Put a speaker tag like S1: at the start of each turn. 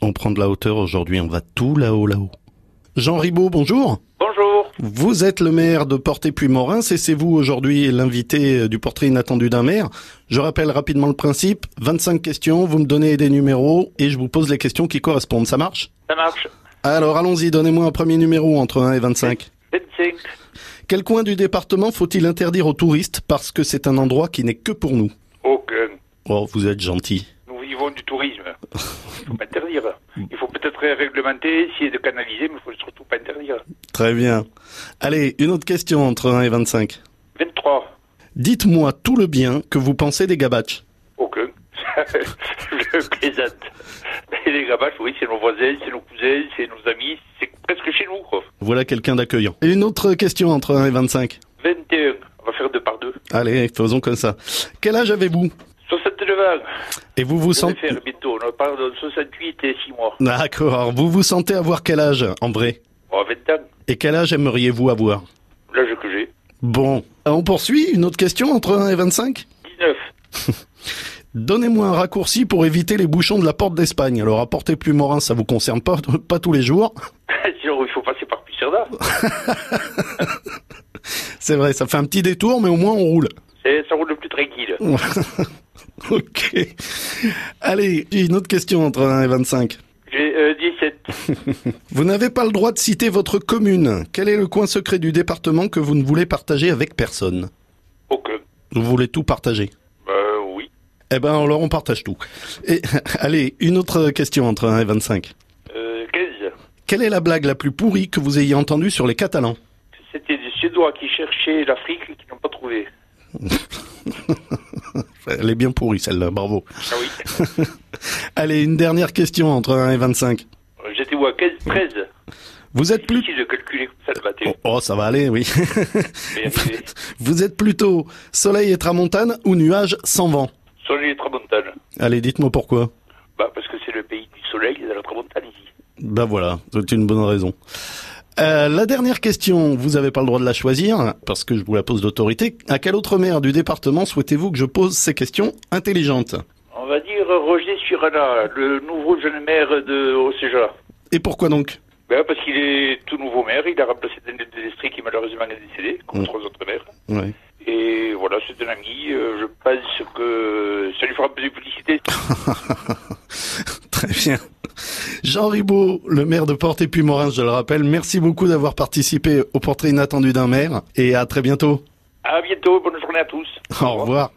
S1: On prend de la hauteur aujourd'hui, on va tout là-haut, là-haut. Jean Ribaud, bonjour.
S2: Bonjour.
S1: Vous êtes le maire de Portet-Puy-Morin, c'est c'est vous aujourd'hui l'invité euh, du portrait inattendu d'un maire. Je rappelle rapidement le principe, 25 questions, vous me donnez des numéros et je vous pose les questions qui correspondent, ça marche
S2: Ça marche.
S1: Alors allons-y, donnez-moi un premier numéro entre 1 et 25.
S2: 25.
S1: Quel coin du département faut-il interdire aux touristes parce que c'est un endroit qui n'est que pour nous
S2: Aucun.
S1: Oh, vous êtes gentil.
S2: Nous vivons du tourisme. Il faut pas interdire. Il faut peut-être réglementer, essayer de canaliser, mais il faut surtout pas interdire.
S1: Très bien. Allez, une autre question entre 1 et 25.
S2: 23.
S1: Dites-moi tout le bien que vous pensez des gabaches.
S2: Aucun. Je plaisante. Mais les gabaches, oui, c'est nos voisins, c'est nos cousins, c'est nos amis, c'est presque chez nous, quoi.
S1: Voilà quelqu'un d'accueillant. Et une autre question entre 1 et 25.
S2: 21. On va faire deux par deux.
S1: Allez, faisons comme ça. Quel âge avez-vous
S2: 69 ans.
S1: Et vous vous
S2: Je vais
S1: sentez...
S2: faire bientôt. On parle de 68 et 6 mois.
S1: D'accord, vous vous sentez avoir quel âge en vrai
S2: Bon, 20 Oh, ans.
S1: Et quel âge aimeriez-vous avoir
S2: L'âge que j'ai.
S1: Bon, Euh, on poursuit une autre question entre 1 et 25
S2: 19.
S1: Donnez-moi un raccourci pour éviter les bouchons de la porte d'Espagne. Alors, à portée plus morin, ça vous concerne pas, pas tous les jours.
S2: Sinon, il faut passer par Pucerda.
S1: C'est vrai, ça fait un petit détour, mais au moins on roule.
S2: C'est- Ça roule le plus tranquille.
S1: Ok. Allez, une autre question entre 1 et 25.
S2: J'ai euh, 17.
S1: Vous n'avez pas le droit de citer votre commune. Quel est le coin secret du département que vous ne voulez partager avec personne
S2: Aucun.
S1: Vous voulez tout partager
S2: Bah oui.
S1: Eh ben, alors on partage tout. Et, allez, une autre question entre 1 et 25.
S2: Euh, 15.
S1: Quelle est la blague la plus pourrie que vous ayez entendue sur les Catalans
S2: C'était des Suédois qui cherchaient l'Afrique et qui n'ont pas trouvé.
S1: Elle est bien pourrie celle-là, bravo.
S2: Ah oui.
S1: Allez, une dernière question entre 1 et 25.
S2: Euh, J'étais où à 15 13.
S1: Vous êtes plus...
S2: Difficile de calculer comme ça le matin.
S1: Oh, oh, ça va aller, oui.
S2: Mais arrivé.
S1: Vous êtes plutôt soleil et tramontane ou nuage sans vent
S2: Sur les Tramontane.
S1: Allez, dites-moi pourquoi.
S2: Bah parce que c'est le pays du soleil et de la Tramontane ici.
S1: Ben voilà, c'est une bonne raison. Euh, la dernière question, vous n'avez pas le droit de la choisir, parce que je vous la pose d'autorité. À quel autre maire du département souhaitez-vous que je pose ces questions intelligentes
S2: On va dire euh, Roger Surana, le nouveau jeune maire de Océja.
S1: Et pourquoi donc
S2: Ben, parce qu'il est tout nouveau maire, il a remplacé Daniel Destri qui malheureusement est décédé, comme
S1: Mm.
S2: trois autres maires.
S1: Ouais.
S2: Et voilà, c'est un ami, euh, je pense que ça lui fera un peu de publicité.
S1: Très bien. Jean Ribaud, le maire de Porte et Puy-Morin, je le rappelle, merci beaucoup d'avoir participé au portrait inattendu d'un maire et à très bientôt.
S2: À bientôt, bonne journée à tous.
S1: Au revoir.